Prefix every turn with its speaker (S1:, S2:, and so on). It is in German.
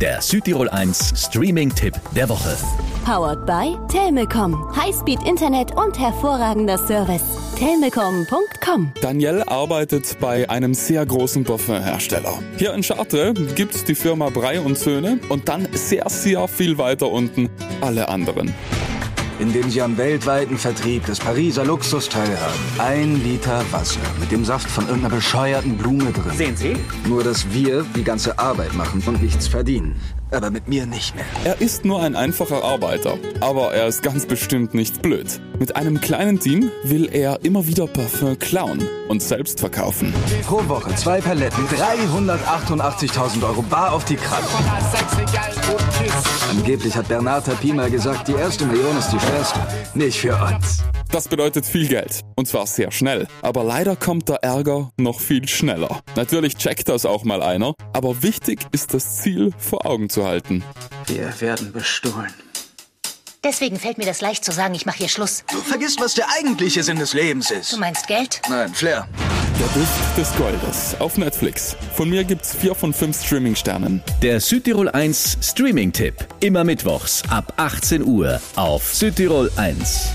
S1: Der Südtirol 1 Streaming-Tipp der Woche.
S2: Powered by Telmecom. Highspeed Internet und hervorragender Service. Telmecom.com.
S3: Daniel arbeitet bei einem sehr großen Parfümhersteller. Hier in Chartres gibt's die Firma Brei und Söhne und dann sehr, sehr viel weiter unten alle anderen.
S4: indem sie am weltweiten Vertrieb des Pariser Luxus teilhaben. Ein Liter Wasser mit dem Saft von irgendeiner bescheuerten Blume drin.
S5: Sehen Sie?
S4: Nur, dass wir die ganze Arbeit machen und nichts verdienen. Aber mit mir nicht mehr.
S3: Er ist nur ein einfacher Arbeiter, aber er ist ganz bestimmt nicht blöd. Mit einem kleinen Team will er immer wieder Parfüm klauen und selbst verkaufen.
S4: Pro Woche zwei Paletten, 388.000 Euro bar auf die Kralle. Angeblich hat Bernard Tapie mal gesagt, die erste Million ist die schwerste. Nicht für uns.
S3: Das bedeutet viel Geld. Und zwar sehr schnell. Aber leider kommt der Ärger noch viel schneller. Natürlich checkt das auch mal einer, aber wichtig ist das Ziel vor Augen zu halten.
S5: Wir werden bestohlen.
S6: Deswegen fällt mir das leicht zu sagen, ich mache hier Schluss.
S4: Du vergisst, was der eigentliche Sinn des Lebens
S6: Du
S4: ist.
S6: meinst Geld?
S4: Nein, Flair.
S3: Der Duft des Goldes auf Netflix. Von mir gibt's vier von fünf Streaming-Sternen.
S1: Der Südtirol 1 Streaming-Tipp. Immer mittwochs ab 18 Uhr auf Südtirol 1.